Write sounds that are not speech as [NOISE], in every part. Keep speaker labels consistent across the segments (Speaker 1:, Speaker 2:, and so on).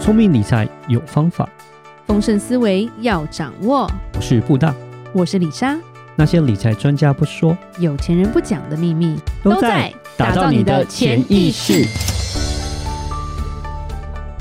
Speaker 1: 聪明理财有方法，
Speaker 2: 丰盛思维要掌握。
Speaker 1: 我是布大。
Speaker 2: 我是李莎，
Speaker 1: 那些理财专家不说，
Speaker 2: 有钱人不讲的秘密
Speaker 1: 打造你的潜意识。，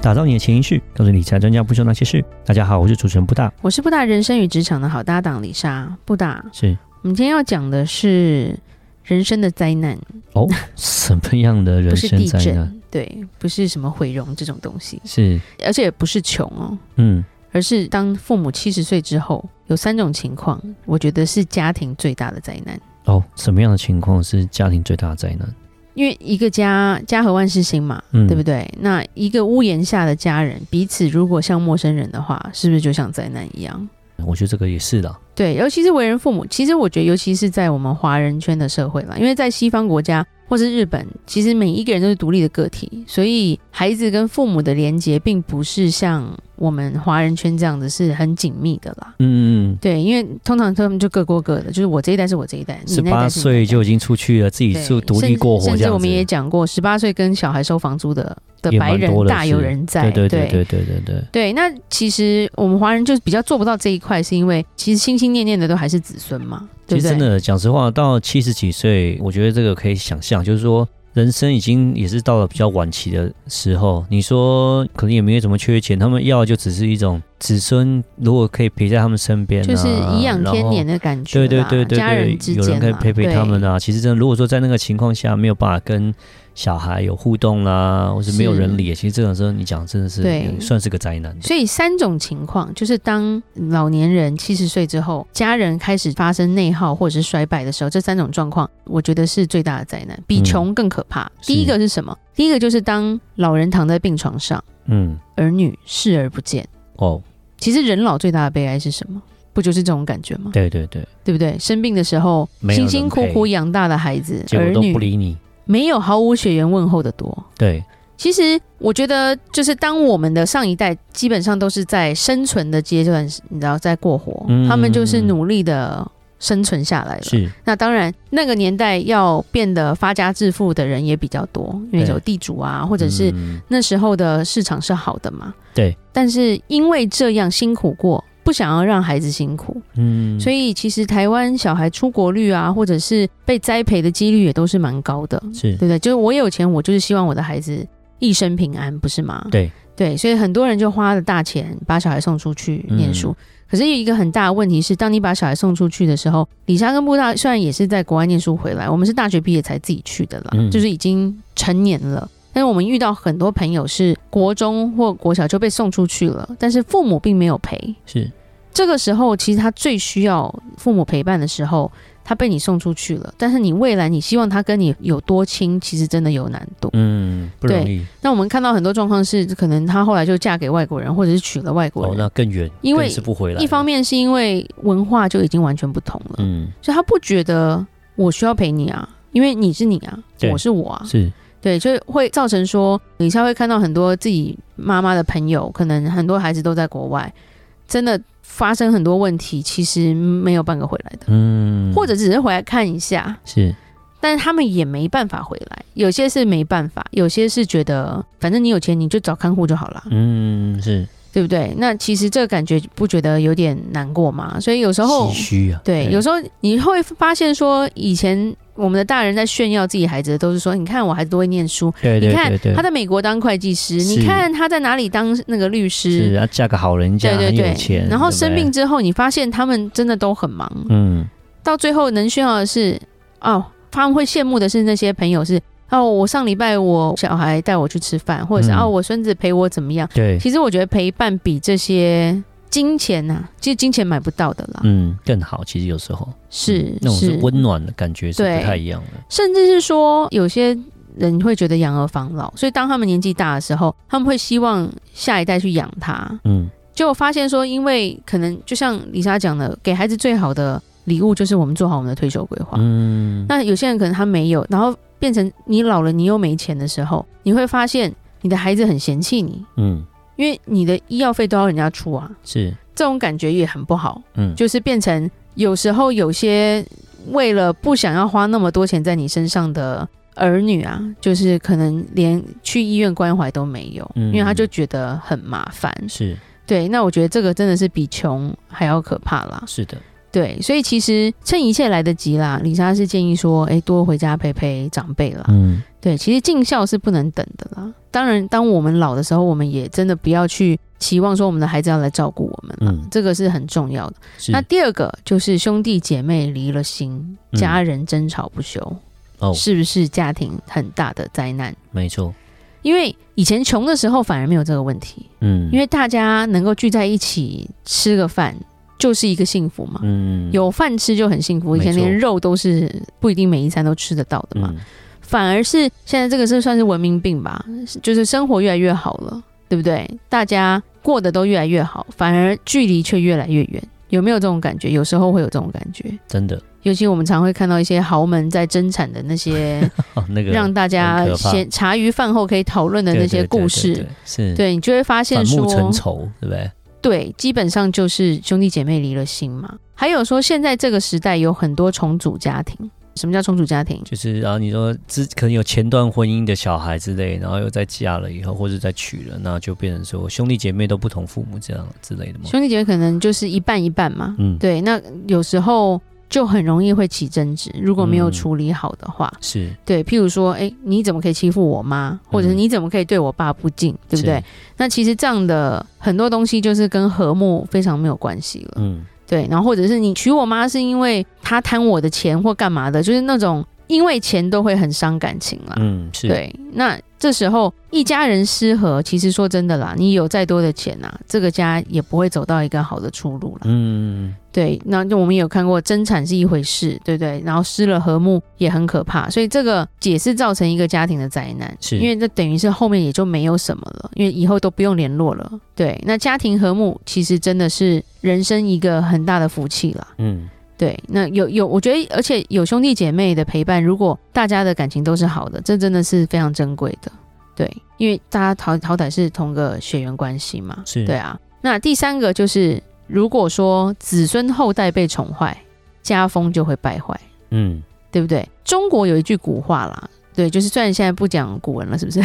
Speaker 1: 打造你的潜意识，告诉理财专家不说那些事。大家好，我是主持人布大，
Speaker 2: 我是布达人生与职场的好搭档李莎。布达，
Speaker 1: 是
Speaker 2: 我们今天要讲的是人生的灾难，
Speaker 1: 哦，什么样的人
Speaker 2: 不是
Speaker 1: 生
Speaker 2: 地
Speaker 1: 灾难？
Speaker 2: 震，对，不是什么毁容这种东西，
Speaker 1: 是，
Speaker 2: 而且也不是穷哦，
Speaker 1: 嗯，
Speaker 2: 而是当父母七十岁之后，有三种情况，我觉得是家庭最大的灾难。
Speaker 1: 哦，什么样的情况是家庭最大的灾难？
Speaker 2: 因为一个家家和万事兴嘛，
Speaker 1: 嗯
Speaker 2: 对不对？那一个屋檐下的家人，彼此如果像陌生人的话，是不是就像灾难一样？
Speaker 1: 我觉得这个也是啦，
Speaker 2: 对，尤其是为人父母，其实我觉得，尤其是在我们华人圈的社会啦，因为在西方国家或是日本，其实每一个人都是独立的个体，所以孩子跟父母的连接，并不是像我们华人圈这样子是很紧密的啦。
Speaker 1: 嗯嗯
Speaker 2: 对，因为通常他们就各过各的，就是我这一代是我这一代，
Speaker 1: 嗯，
Speaker 2: 你
Speaker 1: 十
Speaker 2: 那一代
Speaker 1: 八
Speaker 2: 是你那一
Speaker 1: 岁
Speaker 2: 代
Speaker 1: 就已经出去了，自己
Speaker 2: 对
Speaker 1: 住独立过活
Speaker 2: 甚
Speaker 1: 这
Speaker 2: 至我
Speaker 1: 样
Speaker 2: 们也
Speaker 1: 子。
Speaker 2: 讲过，十八岁跟小孩收房租的的
Speaker 1: 也蛮
Speaker 2: 白人
Speaker 1: 多的
Speaker 2: 大
Speaker 1: 是
Speaker 2: 有人在，
Speaker 1: 对对对对对对对，
Speaker 2: 对那其实我们华人就是比较做不到这一块，是因为其实心心念念的都还是子孙嘛，对
Speaker 1: 其
Speaker 2: 不
Speaker 1: 实真
Speaker 2: 对？
Speaker 1: 的讲实话，到七十几岁，我觉得这个可以想象，就是说人生已经也是到了比较晚期的时候。你说可能也没有什么缺钱，他们要就只是一种子孙，如果可以陪在他们身边、啊，
Speaker 2: 就是颐养天年
Speaker 1: 然后。
Speaker 2: 的感觉
Speaker 1: 对
Speaker 2: 啦，
Speaker 1: 对对对
Speaker 2: 家人
Speaker 1: 对，
Speaker 2: 之
Speaker 1: 有
Speaker 2: 间
Speaker 1: 人可以
Speaker 2: 啦
Speaker 1: 陪陪他们。啊。其实真的，如果说在那个情况下没有办法跟小孩有互动啦，或是没有
Speaker 2: 是
Speaker 1: 人理，其实这种时候你讲真的是
Speaker 2: 对
Speaker 1: 算是个灾难
Speaker 2: 对。所以三种情况，就是当老年人七十岁之后，家人开始发生内耗或者是衰败的时候，这三种状况，我觉得是最大的灾难，比
Speaker 1: 嗯
Speaker 2: 穷更可怕。
Speaker 1: 是
Speaker 2: 第一个是什么？第一个就是当老人躺在病床上。
Speaker 1: 嗯，
Speaker 2: 儿女视而不见。
Speaker 1: 哦，
Speaker 2: 其实人老最大的悲哀是什么？不就是这种感觉吗？
Speaker 1: 对对对，
Speaker 2: 对不对？生病的时候，
Speaker 1: 没有
Speaker 2: 辛
Speaker 1: 人
Speaker 2: 辛苦苦养大的孩子，
Speaker 1: 结
Speaker 2: 儿
Speaker 1: 果都不
Speaker 2: 女
Speaker 1: 理你，
Speaker 2: 没有毫无血缘问候的多。
Speaker 1: 对，
Speaker 2: 其实我觉得，就是当我们的上一代基本上都是在生存的阶段，你知道，在过活，
Speaker 1: 嗯
Speaker 2: 他们就是努力的生存下来了。
Speaker 1: 是，
Speaker 2: 那当然，那个年代要变得发家致富的人也比较多，因为
Speaker 1: 对
Speaker 2: 有地主啊，或者是
Speaker 1: 嗯
Speaker 2: 那时候的市场是好的嘛。
Speaker 1: 对，
Speaker 2: 但是因为这样辛苦过，不想要让孩子辛苦，
Speaker 1: 嗯，
Speaker 2: 所
Speaker 1: 以
Speaker 2: 以其实台湾小孩出国率啊，或者是被栽培的几率也都是蛮高的，
Speaker 1: 是
Speaker 2: 对不对？就是我有钱，我就是希望我的孩子一生平安，不是吗？
Speaker 1: 对
Speaker 2: 对，所以很多人就花了大钱把小孩送出去
Speaker 1: 嗯
Speaker 2: 念书。可是有一个很大的问题是，当你把小孩送出去的时候，李莎跟布大虽然也是在国外念书回来，我们是大学毕业才自己去的啦，
Speaker 1: 嗯
Speaker 2: 就是已经成年了。但是我们遇到很多朋友是国中或国小就被送出去了，但是父母并没有陪。
Speaker 1: 是，
Speaker 2: 这个时候，其实他最需要父母陪伴的时候，他被你送出去了，但是你未来你希望他跟你有多亲，其实真的有难度。
Speaker 1: 嗯，不容易。
Speaker 2: 那我们看到很多状况是，可能她后来就嫁给外国人，或者是娶了外国
Speaker 1: 哦，
Speaker 2: 人。
Speaker 1: 那更远，
Speaker 2: 因为
Speaker 1: 更是不回来了。
Speaker 2: 一方面是因为文化就已经完全不同了，
Speaker 1: 嗯，
Speaker 2: 所以她不觉得我需要陪你啊，因为你是你啊，
Speaker 1: 对
Speaker 2: 我是我啊，
Speaker 1: 是，
Speaker 2: 对，就会造成说，李莎会看到很多自己妈妈的朋友，可能很多孩子都在国外，真的发生很多问题，其实没有半个回来的，
Speaker 1: 嗯，
Speaker 2: 或者只是回来看一下，
Speaker 1: 是，
Speaker 2: 但是他们也没办法回来，有些是没办法，有些是觉得反正你有钱你就找看护就好了。
Speaker 1: 嗯，是
Speaker 2: 对不对？那其实这个感觉不觉得有点难过吗？所以有时候
Speaker 1: 唏嘘啊。
Speaker 2: 对，有时候你会发现说，以前我们的大人在炫耀自己孩子，都是说，你看我孩子都会念书，
Speaker 1: 对对
Speaker 2: 你看
Speaker 1: 对对，
Speaker 2: 他在美国当会计师，
Speaker 1: 是
Speaker 2: 你看他在哪里当那个律
Speaker 1: 是
Speaker 2: 师，
Speaker 1: 啊，嫁个好人家，
Speaker 2: 对对
Speaker 1: 很有
Speaker 2: 对
Speaker 1: 钱，，
Speaker 2: 然后
Speaker 1: 对不
Speaker 2: 生
Speaker 1: 对
Speaker 2: 病，之后，你发现他们真的都很忙，
Speaker 1: 嗯，
Speaker 2: 到最后能炫耀的是，哦，他们会羡慕的是那些朋友是。哦，我上礼拜我小孩带我去吃饭，或者是、
Speaker 1: 嗯
Speaker 2: 哦我孙子陪我怎么样？
Speaker 1: 对，
Speaker 2: 其实我觉得陪伴比这些金钱呐、其实金钱买不到的啦，
Speaker 1: 嗯，更好。其实有时候
Speaker 2: 啊是
Speaker 1: 嗯那种是温暖的感觉是
Speaker 2: 对
Speaker 1: 不太一样的。
Speaker 2: 甚至是说有些人会觉得养儿防老，所以当他们年纪大的时候，他们会希望下一代去养他。
Speaker 1: 嗯，
Speaker 2: 结果发现说，因为可能就像李莎讲的，给孩子最好的礼物就是我们做好我们的退休规划。
Speaker 1: 嗯，
Speaker 2: 那有些人可能他没有，然后变成你老了你又没钱的时候，你会发现你的孩子很嫌弃你，
Speaker 1: 嗯，
Speaker 2: 因为你的医药费都要人家出啊，
Speaker 1: 是，
Speaker 2: 这种感觉也很不好。
Speaker 1: 嗯，
Speaker 2: 就是变成有时候有些为了不想要花那么多钱在你身上的儿女啊，就是可能连去医院关怀都没有，
Speaker 1: 嗯
Speaker 2: 因为他就觉得很麻烦。
Speaker 1: 是
Speaker 2: 对，那我觉得这个真的是比穷还要可怕啦。
Speaker 1: 是的，
Speaker 2: 对，所以其实趁一切来得及啦，李莎是建议说，哎，多回家陪陪长辈啦。
Speaker 1: 嗯，
Speaker 2: 对，其实尽孝是不能等的啦。当然，当我们老的时候，我们也真的不要去期望说我们的孩子要来照顾我们啦，
Speaker 1: 嗯
Speaker 2: 这个是很重要的。
Speaker 1: 是
Speaker 2: 那第二个就是兄弟姐妹离了心，
Speaker 1: 嗯
Speaker 2: 家人争吵不休，
Speaker 1: 哦，
Speaker 2: 是不是家庭很大的灾难？
Speaker 1: 没错，
Speaker 2: 因为以前穷的时候反而没有这个问题，
Speaker 1: 嗯，
Speaker 2: 因为大家能够聚在一起吃个饭，就是一个幸福嘛。
Speaker 1: 嗯
Speaker 2: 有饭吃就很幸福，以前
Speaker 1: 没错
Speaker 2: 连肉都是不一定每一餐都吃得到的嘛。
Speaker 1: 嗯
Speaker 2: 反而是现在这个是算是文明病吧，就是生活越来越好了，对不对？大家过得都越来越好，反而距离却越来越远，有没有这种感觉？有时候会有这种感觉，
Speaker 1: 真的
Speaker 2: 尤其我们常会看到一些豪门在争产的
Speaker 1: [LAUGHS]
Speaker 2: 那些，
Speaker 1: 哦，那个
Speaker 2: 让大家
Speaker 1: 很可怕
Speaker 2: 闲茶余饭后可以讨论的那些故
Speaker 1: 对
Speaker 2: 事，
Speaker 1: 对对对对是
Speaker 2: 对你就会发现
Speaker 1: 反目成
Speaker 2: 说，
Speaker 1: 仇，对不对？
Speaker 2: 对，基本上就是兄弟姐妹离了心嘛。还有说，现在这个时代有很多重组家庭。什么叫重组家庭？
Speaker 1: 就是然后你说之可能有前段婚姻的小孩之类，然后又再嫁了以后，或者再娶了，那就变成说兄弟姐妹都不同父母这样之类的嘛。
Speaker 2: 兄弟姐妹可能就是一半一半嘛。
Speaker 1: 嗯，，
Speaker 2: 对，那有时候就很容易会起争执，如果没有
Speaker 1: 嗯
Speaker 2: 处理好的话，
Speaker 1: 是，
Speaker 2: 对，譬如说，哎，你怎么可以欺负我妈，或者是
Speaker 1: 嗯
Speaker 2: 你怎么可以对我爸不敬，对不
Speaker 1: 是
Speaker 2: 对？？那其实这样的很多东西就是跟和睦非常没有关系了。
Speaker 1: 嗯，
Speaker 2: 对，然后或者是你娶我妈是因为她贪我的钱或干嘛的，就是那种因为钱都会很伤感情啦。
Speaker 1: 嗯，是，
Speaker 2: 对，那这时候一家人失和，其实说真的啦，你有再多的钱呐、啊这个家也不会走到一个好的出路啦。
Speaker 1: 嗯，
Speaker 2: 对，那就我们有看过争产是一回事，对不对？然后失了和睦也很可怕，所以这个也是造成一个家庭的灾难，
Speaker 1: 是
Speaker 2: 因为这等于是后面也就没有什么了，因为以后都不用联络了。对，那家庭和睦其实真的是人生一个很大的福气啦。
Speaker 1: 嗯，
Speaker 2: 对，那有有，我觉得而且有兄弟姐妹的陪伴，如果大家的感情都是好的，这真的是非常珍贵的。对，因为大家好好歹是同个血缘关系嘛，
Speaker 1: 是
Speaker 2: 对啊。那第三个就是，如果说子孙后代被宠坏，家风就会败坏，
Speaker 1: 嗯，
Speaker 2: 对不对？中国有一句古话啦，对，就是虽然现在不讲古文了，是不 [LAUGHS] 是？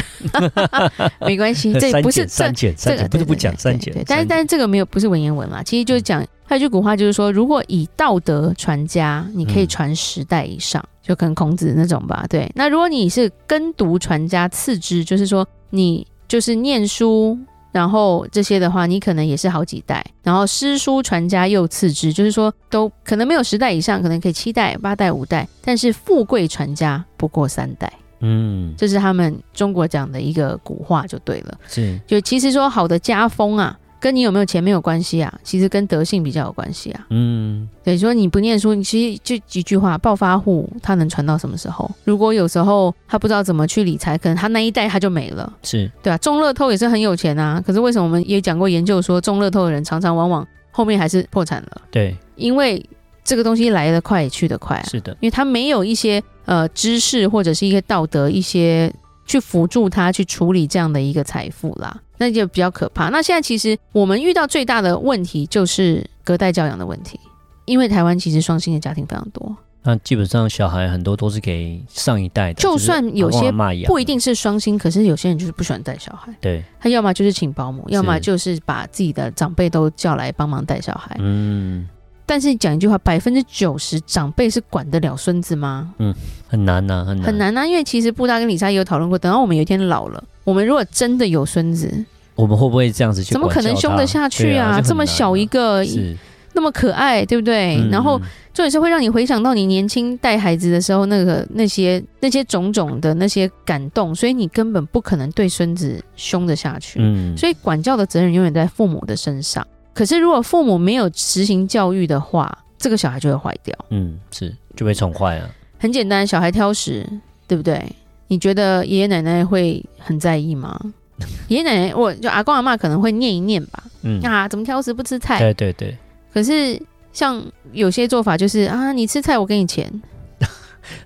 Speaker 2: 没关系，这
Speaker 1: 三
Speaker 2: 不是
Speaker 1: 减
Speaker 2: 这
Speaker 1: 三减
Speaker 2: 这
Speaker 1: 三
Speaker 2: 个
Speaker 1: 减，不是
Speaker 2: 对
Speaker 1: 不
Speaker 2: 对
Speaker 1: 讲
Speaker 2: 对
Speaker 1: 三嗯
Speaker 2: 对
Speaker 1: 减
Speaker 2: 对，但是
Speaker 1: 三
Speaker 2: 但是这个没有不是文言文啦，其实就是讲还有一句古话，就是说，如果以道德传家，你可以
Speaker 1: 嗯
Speaker 2: 传十代以上，就可能孔子那种吧。对，那如果你是跟读传家次之，就是说你就是念书。然后这些的话，你可能也是好几代。然后诗书传家又次之，就是说都可能没有十代以上，可能可以七代、八代、五代，但是富贵传家不过三代，
Speaker 1: 嗯，
Speaker 2: 这是他们中国讲的一个古话就对了。
Speaker 1: 是
Speaker 2: 就其实说好的家风啊，跟你有没有钱没有关系啊，其实跟德性比较有关系啊。
Speaker 1: 嗯，
Speaker 2: 对，说你不念书，你其实就几句话，暴发户他能传到什么时候？如果有时候他不知道怎么去理财，可能他那一代他就没了，
Speaker 1: 是
Speaker 2: 对啊，中乐透也是很有钱啊，可是为什么我们也讲过研究说，中乐透的人常常往往后面还是破产了，
Speaker 1: 对，
Speaker 2: 因为这个东西来得快也去得快啊。
Speaker 1: 是的，
Speaker 2: 因为他没有一些呃知识或者是一些道德一些去辅助他去处理这样的一个财富啦，那就比较可怕。那现在其实我们遇到最大的问题就是隔代教养的问题，因为台湾其实双薪的家庭非常多，
Speaker 1: 那基本上小孩很多都是给上一代的，
Speaker 2: 就算有些
Speaker 1: 骂
Speaker 2: 不一定是双薪，可是有些人就是不喜欢带小孩，
Speaker 1: 对，
Speaker 2: 他要么就是请保姆，要么
Speaker 1: 是
Speaker 2: 就是把自己的长辈都叫来帮忙带小孩。
Speaker 1: 嗯，
Speaker 2: 但是讲一句话，百分之九十长辈是管得了孙子吗？
Speaker 1: 很难呐，很难，
Speaker 2: 很。难啊，因为其实布大跟李莎也有讨论过，等到我们有一天老了，我们如果真的有孙子，
Speaker 1: 我们会不会这样子去
Speaker 2: 怎么
Speaker 1: 管
Speaker 2: 可
Speaker 1: 教他？
Speaker 2: 能凶得下去
Speaker 1: 对啊？就很
Speaker 2: 这么
Speaker 1: 难
Speaker 2: 小
Speaker 1: 啊
Speaker 2: 一个，
Speaker 1: 是，
Speaker 2: 那么可爱，对不对？
Speaker 1: 嗯
Speaker 2: 然后
Speaker 1: 嗯
Speaker 2: 重点是会让你回想到你年轻带孩子的时候那个那些那些种种的那些感动，所以你根本不可能对孙子凶得下去。
Speaker 1: 嗯，
Speaker 2: 所以管教的责任永远在父母的身上。可是如果父母没有实行教育的话，这个小孩就会坏掉。
Speaker 1: 嗯是就被宠坏啊了，
Speaker 2: 很简单，小孩挑食，对不对？你觉得爷爷奶奶会很在意
Speaker 1: [LAUGHS]
Speaker 2: 吗？爷爷奶奶，我就阿公阿妈可能会念一念吧，
Speaker 1: 嗯，
Speaker 2: 啊，怎么挑食不吃菜？
Speaker 1: 对对对，
Speaker 2: 可是像有些做法就是啊，你吃菜我给你钱，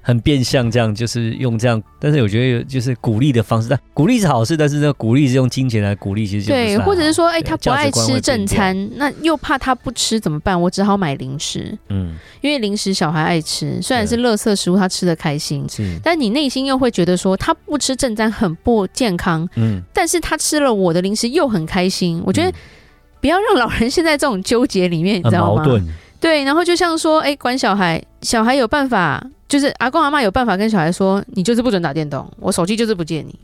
Speaker 1: 很变相这样，就是用这样，但是我觉得就是鼓励的方式，但鼓励是好事，但是呢，鼓励是用金钱来鼓励，其实就不啊
Speaker 2: 对，
Speaker 1: 太好
Speaker 2: 或者是说，哎、
Speaker 1: 对
Speaker 2: 他不
Speaker 1: 价值
Speaker 2: 爱
Speaker 1: 观会
Speaker 2: 吃
Speaker 1: 变
Speaker 2: 正
Speaker 1: 掉
Speaker 2: 餐，那又怕他不吃怎么办？我只好买零食，
Speaker 1: 嗯
Speaker 2: 因为零食小孩爱吃，虽然是垃圾食物，他吃的开心，
Speaker 1: 是
Speaker 2: 但你内心又会觉得说，他不吃正餐很不健康，
Speaker 1: 嗯，
Speaker 2: 但是他吃了我的零食又很开心。我觉得
Speaker 1: 嗯
Speaker 2: 不要让老人陷在这种纠结里面，你
Speaker 1: 很
Speaker 2: 知道
Speaker 1: 矛
Speaker 2: 吗？
Speaker 1: 盾，
Speaker 2: 对，然后就像说，哎，管小孩，小孩有办法，就是阿公阿妈有办法跟小孩说，你就是不准打电动，我手机就是
Speaker 1: [LAUGHS]
Speaker 2: 不借你。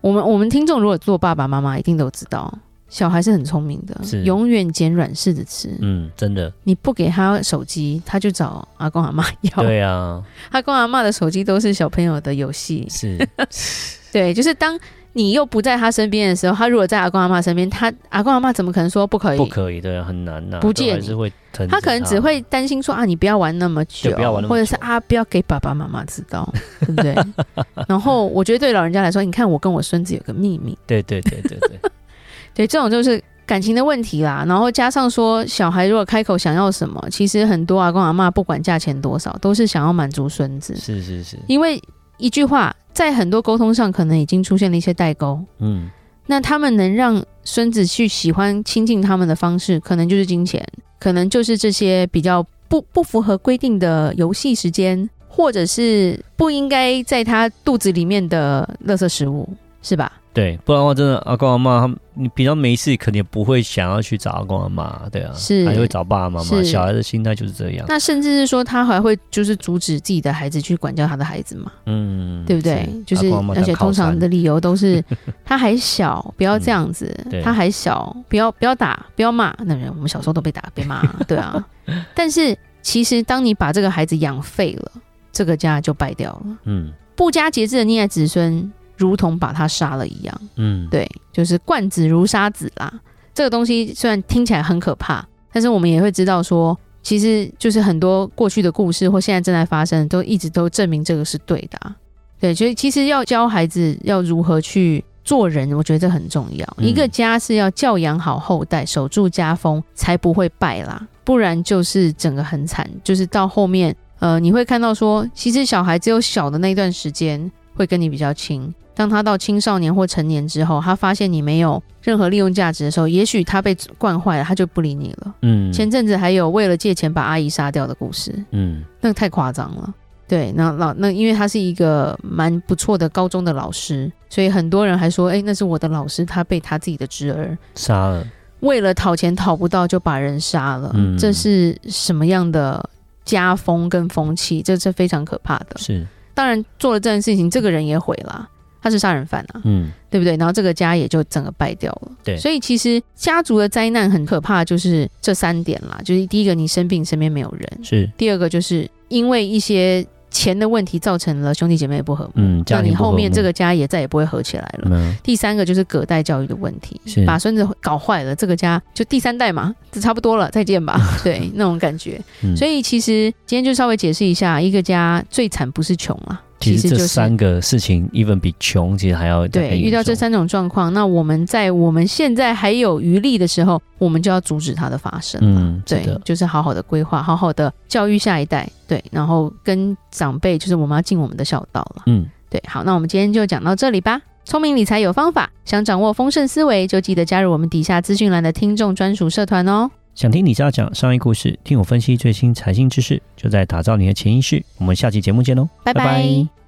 Speaker 2: 我们我们听众如果做爸爸妈妈，一定都知道，小孩是很聪明的，
Speaker 1: 是
Speaker 2: 永远捡软柿子吃。
Speaker 1: 嗯，真的，
Speaker 2: 你不给他手机，他就找阿公阿妈要。
Speaker 1: 对啊，
Speaker 2: [LAUGHS] 阿公阿妈的手机都是小朋友的游戏，
Speaker 1: 是
Speaker 2: 对，就是当。你又不在他身边的时候，他如果在阿公阿妈身边，他阿公阿妈怎么可能说不可以？
Speaker 1: 不可以的，很难呐，
Speaker 2: 不
Speaker 1: 都
Speaker 2: 见
Speaker 1: 还
Speaker 2: 你
Speaker 1: 是会疼着
Speaker 2: 他可能只会担心说啊，你不要玩那么久，
Speaker 1: 对不要玩那么久
Speaker 2: 或者是啊，不要给爸爸妈妈知道，对不对？ [LAUGHS] 然后我觉得对老人家来说，你看我跟我孙子有个秘密，
Speaker 1: 对对对对
Speaker 2: [LAUGHS]
Speaker 1: 对，
Speaker 2: 对，这种就是感情的问题啦。然后加上说，小孩如果开口想要什么，其实很多阿公阿妈不管价钱多少，都是想要满足孙子，
Speaker 1: 是是是，
Speaker 2: 因为一句话，在很多沟通上可能已经出现了一些代沟。
Speaker 1: 嗯
Speaker 2: 那他们能让孙子去喜欢亲近他们的方式，可能就是金钱，可能就是这些比较不不符合规定的游戏时间，或者是不应该在他肚子里面的垃圾食物，是吧？
Speaker 1: 对，不然的话真的阿公阿妈他们，你平常没事肯定不会想要去找阿公阿妈，对啊，
Speaker 2: 是
Speaker 1: 还会找爸爸妈妈，
Speaker 2: 是
Speaker 1: 小孩的心态就是这样，
Speaker 2: 那甚至是说他还会就是阻止自己的孩子去管教他的孩子嘛，
Speaker 1: 嗯，
Speaker 2: 对不对？就是
Speaker 1: 阿公阿嬷
Speaker 2: 而且
Speaker 1: 当靠
Speaker 2: 通常
Speaker 1: 山嗯
Speaker 2: 的理由
Speaker 1: [LAUGHS]
Speaker 2: 都是他还小，不要这样子，
Speaker 1: 对
Speaker 2: 他还小，不要不要打，不要骂。那人我们小时候都被打，被骂，
Speaker 1: [LAUGHS]
Speaker 2: 对啊。但是其实当你把这个孩子养废了，这个家就败掉了。
Speaker 1: 嗯
Speaker 2: 不加节制的溺爱子孙，如同把他杀了一样。
Speaker 1: 嗯，
Speaker 2: 对，就是惯子如杀子啦。这个东西虽然听起来很可怕，但是我们也会知道说，其实就是很多过去的故事或现在正在发生，都一直都证明这个是对的、啊。对，所以其实要教孩子要如何去做人，我觉得这很重要。
Speaker 1: 嗯
Speaker 2: 一个家是要教养好后代，守住家风，才不会败啦。不然就是整个很惨，就是到后面，呃，你会看到说，其实小孩只有小的那段时间会跟你比较亲。当他到青少年或成年之后，他发现你没有任何利用价值的时候，也许他被惯坏了，他就不理你了。
Speaker 1: 嗯，
Speaker 2: 前阵子还有为了借钱把阿姨杀掉的故事，
Speaker 1: 嗯
Speaker 2: 那个太夸张了。对，那老那因为他是一个蛮不错的高中的老师，所以很多人还说，哎、那是我的老师，他被他自己的侄儿
Speaker 1: 杀了，
Speaker 2: 为了讨钱讨不到就把人杀了，
Speaker 1: 嗯
Speaker 2: 这是什么样的家风跟风气？这是非常可怕的。
Speaker 1: 是，
Speaker 2: 当然做了这件事情，这个人也毁了，他是杀人犯啊。
Speaker 1: 嗯
Speaker 2: 对不对？然后这个家也就整个败掉了。
Speaker 1: 对
Speaker 2: 所以其实家族的灾难很可怕，就是这三点啦。就是第一个，你生病身边没有人；
Speaker 1: 是，
Speaker 2: 第二个，就是因为一些钱的问题造成了兄弟姐妹不和睦，
Speaker 1: 嗯，
Speaker 2: 那
Speaker 1: 家庭
Speaker 2: 你
Speaker 1: 不
Speaker 2: 后
Speaker 1: 和
Speaker 2: 面
Speaker 1: 睦
Speaker 2: 这个家也再也不会合起来了。
Speaker 1: 嗯
Speaker 2: 第三个就是隔代教育的问题
Speaker 1: 是，
Speaker 2: 把孙子搞坏了，这个家就第三代嘛，这差不多了，再见吧， [LAUGHS] 对，那种感觉。
Speaker 1: 嗯
Speaker 2: 所以其实今天就稍微解释一下，一个家最惨不是穷啊，
Speaker 1: 其实
Speaker 2: 就
Speaker 1: 这
Speaker 2: 是
Speaker 1: 三个事情，even 比穷其实还要再
Speaker 2: 对，
Speaker 1: 更
Speaker 2: 遇到
Speaker 1: 严
Speaker 2: 这
Speaker 1: 重
Speaker 2: 三种状况，那我们在我们现在还有余力的时候，我们就要阻止它的发生。
Speaker 1: 嗯，是
Speaker 2: 对
Speaker 1: 的，，
Speaker 2: 就是好好的规划，好好的教育下一代，对，然后跟长辈，就是我们要尽我们的孝道了。
Speaker 1: 嗯，
Speaker 2: 对，好，那我们今天就讲到这里吧。聪明理财有方法，想掌握丰盛思维，就记得加入我们底下资讯栏的听众专属社团哦。
Speaker 1: 想听李莎讲商业故事，听我分析最新财经知识，就在打造你的潜意识。我们下期节目见喽，哦
Speaker 2: 拜拜